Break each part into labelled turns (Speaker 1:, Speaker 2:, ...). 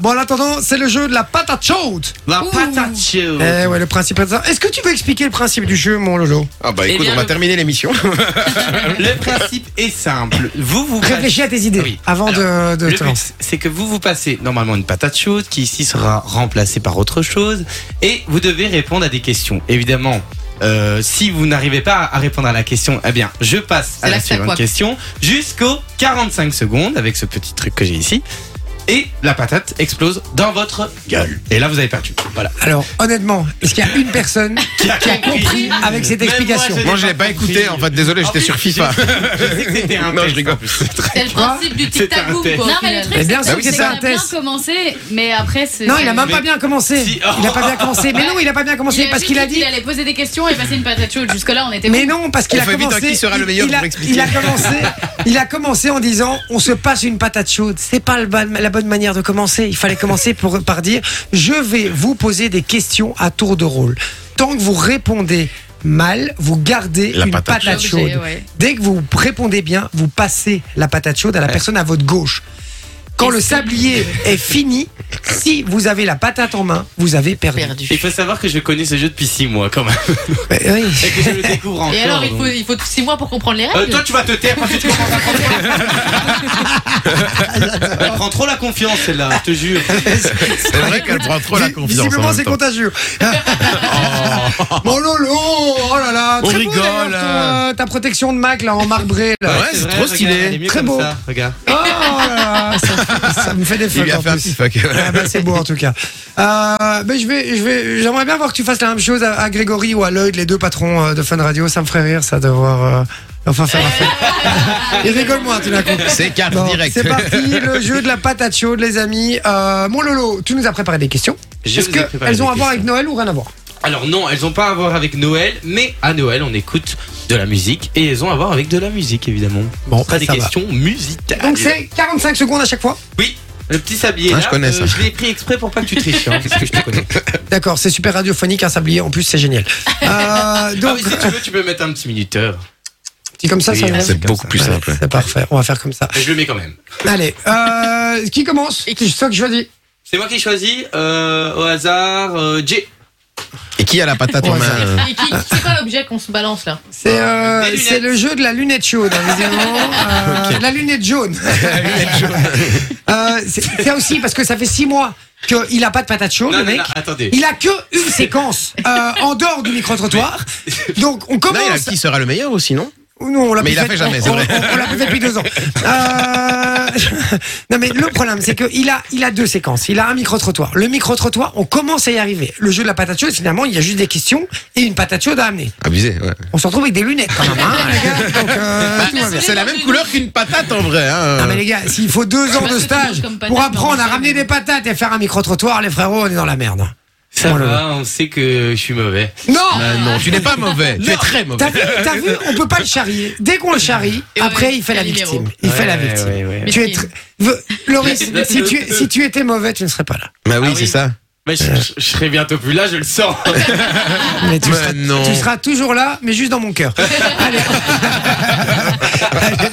Speaker 1: Bon, en attendant, c'est le jeu de la patate chaude.
Speaker 2: La
Speaker 3: Ouh.
Speaker 2: Bah, patate chaude.
Speaker 1: Eh ouais, le principe est ça. Est-ce que tu peux expliquer le principe du jeu, mon Lolo
Speaker 4: Ah bah
Speaker 3: Eh
Speaker 4: écoute,
Speaker 3: bien,
Speaker 4: on va
Speaker 3: le-
Speaker 4: terminer l'émission.
Speaker 2: Le principe est simple. Vous vous
Speaker 1: Réfléchis à tes idées
Speaker 2: Ah Oui.
Speaker 1: avant de, de
Speaker 2: Le
Speaker 1: te
Speaker 2: but,
Speaker 1: lancer.
Speaker 2: c'est que vous vous passez normalement une patate chaude qui ici sera remplacée par autre chose et vous devez répondre à des questions. Évidemment, euh, si vous n'arrivez pas à répondre à la question, eh bien, je passe à
Speaker 3: C'est
Speaker 2: la
Speaker 3: la
Speaker 2: suivante
Speaker 3: quoi.
Speaker 2: question jusqu'aux 45 secondes avec ce petit truc que j'ai ici. Et la patate explose dans votre gueule. Et là, vous avez perdu. Voilà.
Speaker 1: Alors, honnêtement, est-ce qu'il y a une personne
Speaker 2: Qui a
Speaker 1: compris avec cette
Speaker 2: Même moi,
Speaker 1: explication
Speaker 2: je l'ai
Speaker 4: Moi je l'ai pas
Speaker 2: compris.
Speaker 4: écouté en fait, désolé, j'étais
Speaker 2: En
Speaker 4: sur
Speaker 2: plus,
Speaker 4: FIFA.
Speaker 2: Je sais que c'était un
Speaker 4: Non, je
Speaker 2: test,
Speaker 4: rigole.
Speaker 2: en plus.
Speaker 3: C'est le principe du
Speaker 2: C'est
Speaker 3: tic tac
Speaker 2: un
Speaker 3: boom.
Speaker 2: test.
Speaker 3: quoi, au
Speaker 5: Non, mais le
Speaker 3: final.
Speaker 5: truc,
Speaker 1: Eh bien,
Speaker 5: c'est
Speaker 1: bah
Speaker 5: que
Speaker 1: oui, c'est
Speaker 5: c'est
Speaker 1: ça, un
Speaker 5: a bien
Speaker 1: test.
Speaker 5: commencé, mais après, c'est.
Speaker 1: Non, il a même
Speaker 2: mais-
Speaker 1: pas bien commencé.
Speaker 2: Si.
Speaker 1: Il a pas bien commencé. Mais non, il a pas bien commencé parce qu'il a dit.
Speaker 5: Il allait poser des questions et passer une patate chaude. Jusque-là, on était.
Speaker 1: Mais non, parce qu'il
Speaker 4: On
Speaker 1: a
Speaker 4: fait vite, hein,
Speaker 1: commencé.
Speaker 4: qui sera le
Speaker 1: il-
Speaker 4: meilleur
Speaker 1: il,
Speaker 4: pour
Speaker 1: a,
Speaker 4: expliquer.
Speaker 1: il a commencé. Il a commencé en disant on se passe une patate chaude. C'est pas le bon- la bonne manière de commencer. Il fallait commencer pour- par dire je vais vous poser des questions à tour de rôle. Tant que vous répondez mal, vous gardez
Speaker 4: La
Speaker 1: une
Speaker 4: patate
Speaker 1: patate, chaude.
Speaker 5: Obligé, ouais.
Speaker 1: Dès que vous répondez bien, vous passez la patate chaude à la personne à votre gauche. Quand
Speaker 5: Et
Speaker 1: le
Speaker 5: si-
Speaker 1: sablier est fini, si vous avez la patate en main, vous avez perdu.
Speaker 3: Perdu.
Speaker 2: Il faut savoir que je connais ce jeu depuis 6 mois quand même.
Speaker 1: Mais Ben oui.
Speaker 2: Et que je le découvre encore.
Speaker 3: Et alors, il
Speaker 2: donc.
Speaker 3: faut, il faut 6 mois pour comprendre les
Speaker 2: Euh,
Speaker 3: règles.
Speaker 2: toi, tu vas te taire parce que tu commences à prendre trop la- Elle prend trop la confiance, celle-là, je te jure.
Speaker 4: C'est vrai qu'elle prend trop la
Speaker 1: Vi-
Speaker 4: confiance. en
Speaker 1: Visiblement,
Speaker 4: même
Speaker 1: c'est
Speaker 4: temps.
Speaker 1: contagieux. Mon Lolo, oh là là,
Speaker 4: On
Speaker 1: très beau,
Speaker 4: rigole,
Speaker 1: d'ailleurs, ton,
Speaker 4: hein.
Speaker 1: euh, ta protection de Mac là en marbré. Là.
Speaker 4: Ouais, c'est
Speaker 2: vrai,
Speaker 4: trop
Speaker 2: regarde,
Speaker 4: stylé.
Speaker 2: elle est mieux
Speaker 1: Très
Speaker 2: comme
Speaker 1: beau.
Speaker 2: ça, regarde.
Speaker 1: Oh là là, ça, ça me fait des
Speaker 4: Il
Speaker 1: fuck
Speaker 4: lui
Speaker 1: en
Speaker 4: a fait un
Speaker 1: plus.
Speaker 4: petit fuck.
Speaker 1: Ah bah, c'est beau en tout cas. Euh, mais je vais, je vais, j'aimerais bien voir que tu fasses la même chose à, à Grégory ou à Lloyd, les deux patrons euh, de Fun Radio. Ça me ferait rire ça de voir. euh, enfin faire la fête. Il rigole moins tout d'un coup.
Speaker 4: C'est
Speaker 2: Ah,
Speaker 4: carte
Speaker 1: Bon,
Speaker 4: direct.
Speaker 1: c'est parti, le jeu de la patate chaude, les amis. Euh, mon Lolo, tu nous as préparé des questions.
Speaker 2: Je
Speaker 1: Est-ce
Speaker 2: vous ai préparé
Speaker 1: qu'elles ont
Speaker 2: des
Speaker 1: à voir
Speaker 2: questions.
Speaker 1: avec Noël ou rien à voir
Speaker 2: Alors, non, elles ont pas à voir avec Noël, mais à Noël, on écoute de la musique et elles ont à voir avec de la musique, évidemment.
Speaker 1: Bon,
Speaker 2: pas des
Speaker 1: ça va.
Speaker 2: questions musicales.
Speaker 1: Donc c'est 45 secondes à chaque fois.
Speaker 2: Oui, le petit sablier.
Speaker 4: Ah, je
Speaker 2: là, euh,
Speaker 4: connais ça.
Speaker 2: je l'ai pris exprès pour pas que tu triches, hein, parce que je te connais.
Speaker 1: D'accord, c'est super radiophonique, un sablier en plus, c'est génial. Euh,
Speaker 2: Ah,
Speaker 1: donc,
Speaker 2: mais si tu veux, tu peux mettre un petit minuteur.
Speaker 1: petit comme ça,
Speaker 2: Oui,
Speaker 1: ça va.
Speaker 2: hein,
Speaker 4: C'est beaucoup plus
Speaker 1: Ouais,
Speaker 4: simple.
Speaker 1: C'est parfait, on va faire comme ça.
Speaker 2: Mais Je le mets quand même.
Speaker 1: Allez, euh, qui commence
Speaker 3: Et qui-
Speaker 1: C'est toi que je choisis.
Speaker 2: C'est moi qui choisis euh, au hasard euh, J.
Speaker 4: Et qui a la patate en
Speaker 1: Ouais,
Speaker 4: main
Speaker 1: ça-
Speaker 4: euh
Speaker 3: Et qui- C'est quoi l'objet qu'on se balance là
Speaker 4: Ah,
Speaker 1: C'est euh,
Speaker 2: Des lunettes.
Speaker 1: c'est le jeu de la lunette chaude, hein, visiblement. Euh, La lunette jaune. Euh, c'est c'est aussi parce que ça fait six mois qu'il a pas de patate chaude,
Speaker 2: Non,
Speaker 1: le
Speaker 2: non,
Speaker 1: mec.
Speaker 2: non, attendez.
Speaker 1: Il a que une séquence euh, en dehors du micro-trottoir. Donc on
Speaker 4: Non, il a
Speaker 1: commence.
Speaker 4: qui sera le meilleur aussi, non
Speaker 1: Ou Non, on l'a
Speaker 4: Mais
Speaker 1: plus
Speaker 4: il a fait jamais, c'est
Speaker 1: on-
Speaker 4: vrai.
Speaker 1: On, on l'a plus fait depuis deux ans. Euh, non, mais le problème, c'est qu'il a, il a deux séquences. Il a un micro-trottoir. Le micro-trottoir, on commence à y arriver. Le jeu de la patate chaude, finalement, il y a juste des questions et une patate chaude à amener.
Speaker 4: Abusé, ouais.
Speaker 1: On se retrouve avec des lunettes, quand même, hein, les gars. Donc, euh, tout va bien.
Speaker 4: C'est la même couleur qu'une patate en vrai.
Speaker 1: Ah, mais
Speaker 4: hein.
Speaker 1: les gars, s'il faut deux ans
Speaker 3: Parce
Speaker 1: de
Speaker 3: que tu manges
Speaker 1: stage
Speaker 3: bah, comme patate
Speaker 1: pour apprendre
Speaker 3: dans
Speaker 1: à
Speaker 3: le
Speaker 1: ramener
Speaker 3: salon.
Speaker 1: des patates et faire un micro-trottoir, les frérots, on est dans la merde.
Speaker 2: Ça
Speaker 1: Oh là
Speaker 2: va, on sait que je suis mauvais.
Speaker 1: Non!
Speaker 4: Ah, non, tu n'es pas mauvais. Tu es très
Speaker 1: T'as
Speaker 4: mauvais.
Speaker 1: vu, t'as vu, on peut pas le charrier. Dès qu'on le charrie,
Speaker 3: Et
Speaker 1: après
Speaker 3: ouais,
Speaker 1: il fait la
Speaker 3: Calimero.
Speaker 1: victime. Il fait la
Speaker 2: Ouais,
Speaker 1: victime.
Speaker 2: ouais, ouais.
Speaker 1: Tu es
Speaker 3: Mesquine.
Speaker 1: tr- Ve- Loris,
Speaker 2: Mais-
Speaker 1: si tu, si tu étais mauvais, tu ne serais pas là.
Speaker 4: Bah
Speaker 2: Ah
Speaker 4: oui,
Speaker 2: oui.
Speaker 4: c'est ça.
Speaker 2: Mais je, je- je serai bientôt plus là, je le sens.
Speaker 1: Mais tu,
Speaker 4: Mais
Speaker 1: seras,
Speaker 4: non.
Speaker 1: tu seras toujours là, mais juste dans mon cœur. Allez. Allez,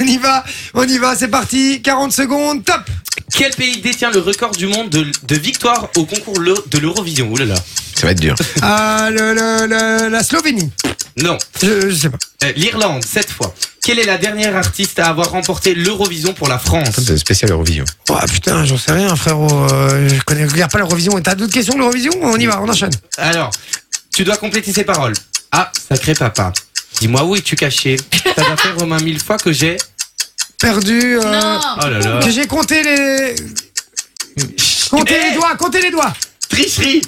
Speaker 1: on y va, on y va, c'est parti. 40 secondes, top.
Speaker 2: Quel pays détient le record du monde de, de victoires au concours le- de l'Eurovision Ouh là là.
Speaker 4: Ça va être dur.
Speaker 1: Euh, le- le- le- la Slovénie.
Speaker 2: Non,
Speaker 1: Je, je sais pas.
Speaker 2: Euh, l'Irlande, cette fois. Quelle est la dernière artiste à avoir remporté l'Eurovision pour la France
Speaker 4: C'est spécial Eurovision.
Speaker 1: Oh, putain, j'en sais rien, frérot. Euh, je connais, je regarde pas l'Eurovision. Et T'as d'autres questions de l'Eurovision On y va, on enchaîne.
Speaker 2: Alors, tu dois compléter ces paroles. Ah, sacré papa. Dis-moi où es-tu caché Ça va faire au moins mille fois que j'ai.
Speaker 1: Perdu. euh,
Speaker 3: Non
Speaker 2: Oh là là.
Speaker 1: Que j'ai compté les. Comptez
Speaker 2: Eh
Speaker 1: les doigts, comptez les doigts.
Speaker 2: Tricherie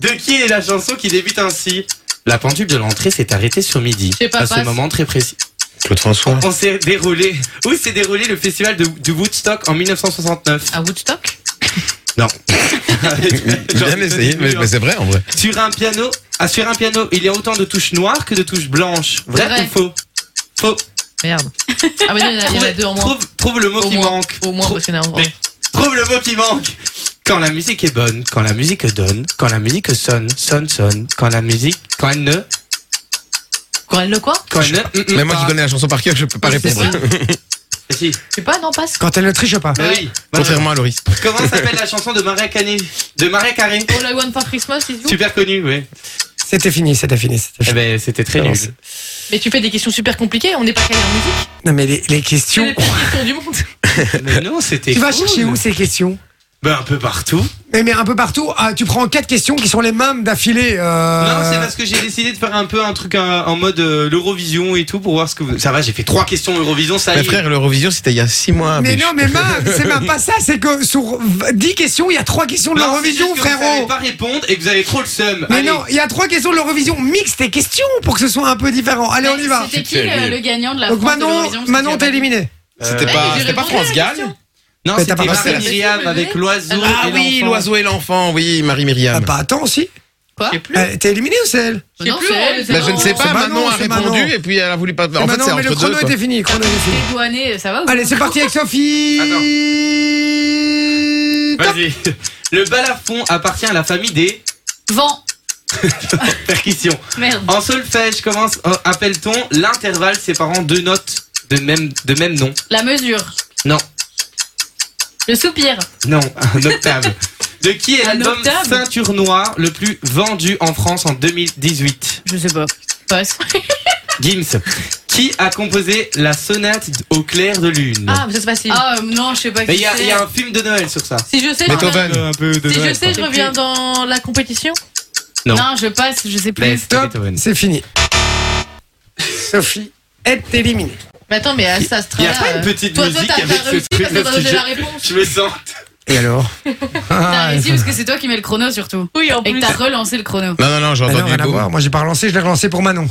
Speaker 2: De qui est la chanson qui débute ainsi La pendule de l'entrée s'est arrêtée sur midi.
Speaker 3: Je sais pas,
Speaker 2: à ce
Speaker 3: passe.
Speaker 2: moment très précis.
Speaker 4: Claude François.
Speaker 2: On s'est déroulé. Où s'est déroulé le festival de, de Woodstock en 1969
Speaker 3: À Woodstock
Speaker 2: Non.
Speaker 4: Bien essayé, mais mais c'est vrai en vrai.
Speaker 2: Sur un piano, ah, sur un piano, il y a autant de touches noires que de touches blanches. Vrai,
Speaker 3: Vrai.
Speaker 2: ou faux Faux.
Speaker 3: Merde. Ah, mais non, il y en a- il y en a deux en moins.
Speaker 2: trouve, trouve le mot
Speaker 3: Au
Speaker 2: qui
Speaker 3: moins,
Speaker 2: manque.
Speaker 3: au moins
Speaker 2: Trou-
Speaker 3: parce qu'il y en a un en moins.
Speaker 2: Mais- trouve le mot qui manque. Quand la musique est bonne, quand la musique donne, quand la musique sonne, sonne, sonne, quand la musique, quand elle ne,
Speaker 3: Quand elle le quoi
Speaker 2: quand elle ne. mm, mm,
Speaker 4: Même moi
Speaker 2: pas.
Speaker 4: qui connais la chanson par cœur, je peux pas
Speaker 3: Oui, c'est
Speaker 4: répondre.
Speaker 2: Si.
Speaker 3: Je sais pas, non, passe.
Speaker 1: Quand elle ne triche pas.
Speaker 2: Bah oui.
Speaker 4: Contrairement à Loris.
Speaker 2: Comment s'appelle la chanson de Maria Carré De Maria Carré.
Speaker 3: All Oh, I want for Christmas, is you.
Speaker 2: Super connue, oui.
Speaker 1: C'était fini, c'était fini. c'était
Speaker 2: Eh
Speaker 1: fini.
Speaker 2: ben, c'était très nul.
Speaker 1: Avance.
Speaker 3: Mais tu fais des questions super compliquées, on n'est pas calé en musique.
Speaker 1: Non, mais les, les
Speaker 3: C'est
Speaker 1: questions.
Speaker 3: les pires questions du monde.
Speaker 2: Mais non, c'était.
Speaker 1: Tu vas
Speaker 2: cool.
Speaker 1: chercher où ces questions
Speaker 2: Ben, un peu partout.
Speaker 1: mais, mais un peu partout, ah, tu prends quatre questions qui sont les mêmes d'affilée. euh,
Speaker 2: Non, c'est parce que j'ai décidé de faire un peu un truc euh, en mode euh, l'Eurovision et tout pour voir ce que vous. Ça va, j'ai fait trois questions Eurovision, ça y
Speaker 4: Mais
Speaker 2: est.
Speaker 4: frère, l'Eurovision, c'était il y a 6 mois.
Speaker 1: Mais
Speaker 4: biche.
Speaker 1: non, mais même, c'est même pas ça, c'est que sur 10 questions, il y a 3 questions de
Speaker 2: Non,
Speaker 1: l'Eurovision,
Speaker 2: c'est juste que Vous savez
Speaker 1: frérot.
Speaker 2: pas répondre et que vous avez trop le seum.
Speaker 1: Mais
Speaker 2: Allez.
Speaker 4: Euh,
Speaker 1: non, il y a 3 questions de l'Eurovision, mixe tes questions pour que ce soit un peu différent. Allez, on y va.
Speaker 5: C'était qui euh, le, le gagnant de la
Speaker 1: Donc
Speaker 5: France de
Speaker 1: Manon,
Speaker 5: l'Eurovision Parce que
Speaker 1: Manon
Speaker 5: j'ai
Speaker 1: t'es
Speaker 5: pas-
Speaker 1: éliminé.
Speaker 4: C'était
Speaker 2: Euh,
Speaker 3: mais
Speaker 4: pas, c'était
Speaker 3: j'ai
Speaker 4: pas
Speaker 3: répondu à la
Speaker 4: France Gall
Speaker 3: question.
Speaker 2: Non,
Speaker 1: Mais
Speaker 2: c'était
Speaker 1: t'as pas passé
Speaker 2: Marie
Speaker 1: la-
Speaker 2: Myriam avec l'oiseau.
Speaker 4: Ah
Speaker 2: et
Speaker 4: oui,
Speaker 2: l'enfant.
Speaker 4: l'oiseau et l'enfant, oui,
Speaker 1: Ah
Speaker 4: Marie-Myriam.
Speaker 1: bah attends, si.
Speaker 3: Quoi
Speaker 2: Je sais plus.
Speaker 1: Euh, T'es éliminé ou c'est elle
Speaker 3: Je sais
Speaker 5: Non,
Speaker 3: plus,
Speaker 5: c'est
Speaker 3: on
Speaker 5: elle,
Speaker 3: le
Speaker 5: c'est
Speaker 4: Bah,
Speaker 3: sait
Speaker 4: je ne
Speaker 3: pas.
Speaker 4: sais pas,
Speaker 1: c'est Manon,
Speaker 4: Manon a
Speaker 1: c'est Manon.
Speaker 4: répondu et puis elle a voulu pas. En
Speaker 1: Mais
Speaker 4: fait,
Speaker 1: non,
Speaker 4: c'est
Speaker 1: mais
Speaker 4: entre
Speaker 1: le chrono
Speaker 4: deux. quoi.
Speaker 1: était fini. chrono était fini.
Speaker 5: Dédouané, ça va ou
Speaker 1: Allez, c'est parti avec Sophie. Top.
Speaker 2: Vas-y. Le balafon appartient à la famille des
Speaker 5: Vent.
Speaker 2: percussions.
Speaker 5: Merde.
Speaker 2: En solfège, comment s- euh, appelle-t-on l'intervalle séparant deux notes de même, de même nom
Speaker 5: La mesure.
Speaker 2: Non.
Speaker 5: Le soupir.
Speaker 2: Non, un octave. De qui est
Speaker 5: Un
Speaker 2: l'album
Speaker 5: octave
Speaker 2: Ceinture Noire le plus vendu en France en 2018
Speaker 5: Je sais pas. Passe.
Speaker 2: Gims. Qui a composé la sonate au clair de lune
Speaker 3: Ah, mais ça c'est facile.
Speaker 5: Ah euh, non, je sais pas.
Speaker 2: Mais
Speaker 5: qui
Speaker 2: il y, a-
Speaker 5: c'est.
Speaker 2: il y a un film de Noël sur ça.
Speaker 3: Si je sais, je reviens-
Speaker 1: Ah,
Speaker 4: Beethoven.
Speaker 3: si je sais, je reviens dans la compétition.
Speaker 2: Non.
Speaker 5: Non, je passe, je sais
Speaker 2: Mais
Speaker 5: plus.
Speaker 2: c'était
Speaker 1: Top,
Speaker 2: Beethoven.
Speaker 1: c'est fini. Sophie est éliminée.
Speaker 3: Mais attends, mais à ça se
Speaker 2: Il y a
Speaker 3: travaille,
Speaker 2: pas une
Speaker 3: euh,
Speaker 2: petite
Speaker 3: Toi, toi,
Speaker 2: musique
Speaker 3: t'as
Speaker 2: avec
Speaker 3: t'as
Speaker 2: ce
Speaker 3: réussi
Speaker 2: truc
Speaker 3: parce que
Speaker 2: parce que
Speaker 3: t'as donné
Speaker 2: je-
Speaker 3: la réponse.
Speaker 1: Ah,
Speaker 2: Je me sens.
Speaker 1: Et alors
Speaker 5: T'as
Speaker 1: Ah,
Speaker 5: réussi
Speaker 1: il faut-
Speaker 5: parce que c'est toi qui mets le chrono surtout.
Speaker 3: Oui, en
Speaker 5: Et que
Speaker 3: plus.
Speaker 5: t'as relancé le chrono.
Speaker 4: Non, non, non, j'ai
Speaker 1: Ah non,
Speaker 4: entendu
Speaker 1: rien à
Speaker 4: beaucoup.
Speaker 1: voir. Moi, j'ai pas relancé, je l'ai relancé pour Manon.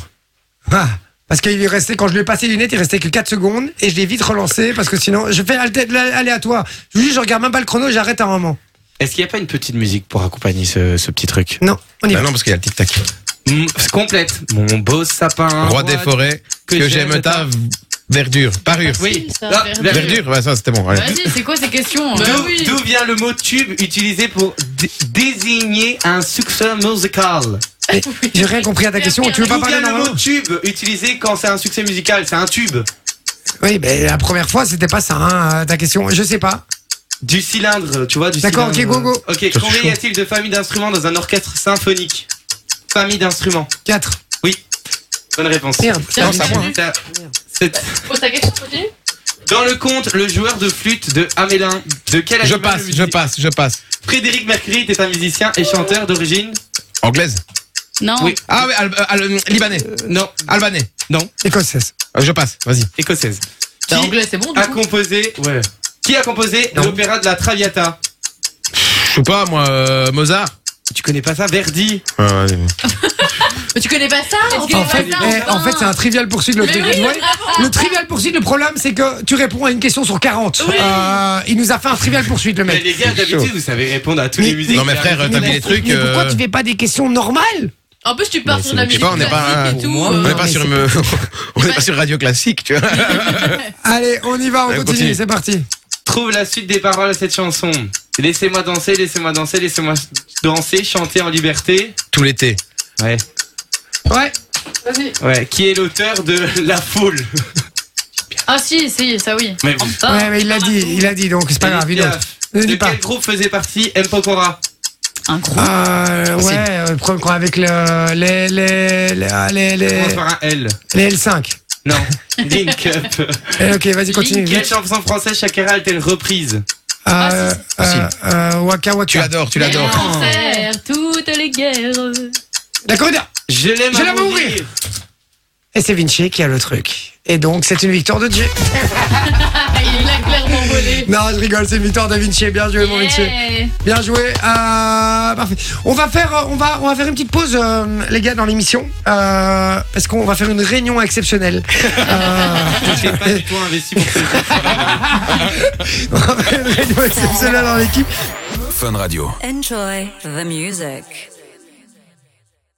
Speaker 1: Ah, parce qu'il lui restait, quand je lui ai passé les lunettes, il restait que 4 secondes et je l'ai vite relancé parce que sinon, je fais alter- aléatoire. Je vous dis, je regarde même pas le chrono, j'arrête à un moment.
Speaker 2: Est-ce qu'il n'y a pas une petite musique pour accompagner ce, ce petit truc
Speaker 1: Non, on y
Speaker 4: Bah
Speaker 1: va.
Speaker 4: non, parce qu'il y a le tic-tac.
Speaker 1: Ah,
Speaker 2: Mm, c'est Complète. Mon beau sapin.
Speaker 4: Roi des forêts, que, j'aime ta verdure, parure.
Speaker 2: Oui.
Speaker 3: Ça,
Speaker 2: Ah,
Speaker 3: verdure.
Speaker 2: verdure.
Speaker 4: Verdure, ouais, ça c'était bon. allez.
Speaker 5: Vas-y, c'est quoi ces questions
Speaker 2: D'où
Speaker 5: hein
Speaker 3: Bah oui.
Speaker 2: d'où vient le mot tube utilisé pour dé- désigner un succès musical
Speaker 1: J'ai rien compris à ta question. Tu veux pas
Speaker 2: D'où
Speaker 1: parler
Speaker 2: vient le mot
Speaker 1: normalement
Speaker 2: tube utilisé quand c'est un succès musical C'est un tube.
Speaker 1: Oui, mais la première fois, c'était pas ça, hein, euh, ta question. Je sais pas.
Speaker 2: Du cylindre, tu vois, du
Speaker 1: D'accord,
Speaker 2: cylindre.
Speaker 1: ok, go, go.
Speaker 2: Ok,
Speaker 4: suis
Speaker 2: combien
Speaker 4: chaud.
Speaker 2: y a-t-il de familles d'instruments dans un orchestre symphonique Famille d'instruments.
Speaker 1: 4.
Speaker 2: Bonne réponse.
Speaker 1: Merde.
Speaker 3: Tiens,
Speaker 1: Non,
Speaker 3: j'ai
Speaker 1: c'est à moi, hein.
Speaker 2: Ça- c'est-
Speaker 3: Pose ta question, continue.
Speaker 2: Dans le conte, le joueur de flûte de Amélin, de quel
Speaker 4: Je
Speaker 2: animal
Speaker 4: passe,
Speaker 2: le
Speaker 4: je
Speaker 2: musi-
Speaker 4: passe, je passe.
Speaker 2: Frédéric Mercury était un musicien et chanteur d'origine
Speaker 4: Anglaise
Speaker 5: Non.
Speaker 2: Oui.
Speaker 4: Ah oui, al- euh, al- euh, libanais.
Speaker 2: Non,
Speaker 4: Albanais.
Speaker 1: Écossaise.
Speaker 4: Euh, Je passe, vas-y.
Speaker 2: écossaise. Qui
Speaker 3: T'es anglais, c'est bon, du
Speaker 2: a
Speaker 3: coup.
Speaker 2: composé ouais. Qui a composé
Speaker 1: Non.
Speaker 2: l'opéra de la Traviata
Speaker 4: Je sais pas, moi, euh, Mozart. Euh,
Speaker 2: Tu connais pas ça Verdi.
Speaker 3: Mais tu connais pas ça
Speaker 5: Est-ce
Speaker 3: en
Speaker 5: que-
Speaker 3: fait
Speaker 1: En fait,
Speaker 5: Bazar,
Speaker 1: eh, en
Speaker 5: enfin.
Speaker 1: fait, c'est un trivial poursuite le
Speaker 5: Mais
Speaker 1: truc.
Speaker 5: oui,
Speaker 1: Ouais. Le trivial poursuite, le problème, c'est que tu réponds à une question sur 40. Euh, il nous a fait un trivial poursuite, le
Speaker 2: Mais
Speaker 1: mec.
Speaker 2: les gars, d'habitude, vous savez répondre à toutes
Speaker 1: Mais-
Speaker 2: les musiques.
Speaker 4: Non, mais frère,
Speaker 2: Mais
Speaker 4: t'as vu
Speaker 2: bon,
Speaker 4: les trucs.
Speaker 1: Mais pourquoi
Speaker 4: euh,
Speaker 1: tu fais pas des questions normales
Speaker 3: En plus, tu pars sur de la
Speaker 4: je sais
Speaker 3: musique
Speaker 4: pas, on n'est pas,
Speaker 3: classique et tout.
Speaker 4: on
Speaker 3: euh,
Speaker 4: n'est
Speaker 1: Non,
Speaker 4: pas
Speaker 1: mais
Speaker 4: sur
Speaker 1: c'est
Speaker 4: me- on n'est pas sur radio classique, tu vois.
Speaker 1: Allez, on y va, on continue,
Speaker 4: Allez, on continue.
Speaker 1: c'est parti.
Speaker 4: euh,
Speaker 2: Trouve la suite des paroles à cette chanson. Laissez-moi danser, laissez-moi danser, laissez-moi danser, chanter en liberté.
Speaker 4: Tout l'été.
Speaker 2: Ouais.
Speaker 1: Ouais,
Speaker 2: Ouais. Qui est l'auteur de La Foule
Speaker 5: Ah si, si, ça oui.
Speaker 2: Mais
Speaker 1: ouais, mais il l'a dit, il l'a dit, donc c'est pas grave, il l'autre. Ne
Speaker 2: De
Speaker 1: dis pas.
Speaker 2: quel groupe faisait partie M. Pokora
Speaker 5: Un gros.
Speaker 1: Euh, ouais, euh, le problème quoi, avec le, les, les, les, ah, les, les,
Speaker 2: Commence par un L.
Speaker 1: les L5.
Speaker 2: Non. Link Up.
Speaker 1: Eh, ok, vas-y, continue.
Speaker 2: Quelle chanson française Shakira a-t-elle reprise
Speaker 1: Euh, euh, euh, waka
Speaker 4: Tu
Speaker 1: Waka.
Speaker 4: l'adores, tu
Speaker 5: Les
Speaker 4: l'adores.
Speaker 5: cancers, toutes les guerres.
Speaker 1: La corrida.
Speaker 2: Je l'aime
Speaker 1: Je
Speaker 2: à
Speaker 1: l'aime à
Speaker 2: mourir.
Speaker 1: mourir. Et c'est Vinci qui a le truc. Et donc, c'est une victoire de Dieu.
Speaker 5: Ah, il l'a clairement volé.
Speaker 1: Non, je rigole, c'est une victoire de Vinci. Bien joué, mon Vinci.
Speaker 5: Yeah.
Speaker 1: Bien joué. Euh, parfait. On va faire, euh, on va, on va faire une petite pause, euh, les gars, dans l'émission, euh, parce qu'on va faire une réunion exceptionnelle. Euh,
Speaker 2: J'ai pas du tout investi pour ce
Speaker 1: On va faire une réunion exceptionnelle dans l'équipe.
Speaker 6: Enjoy the music.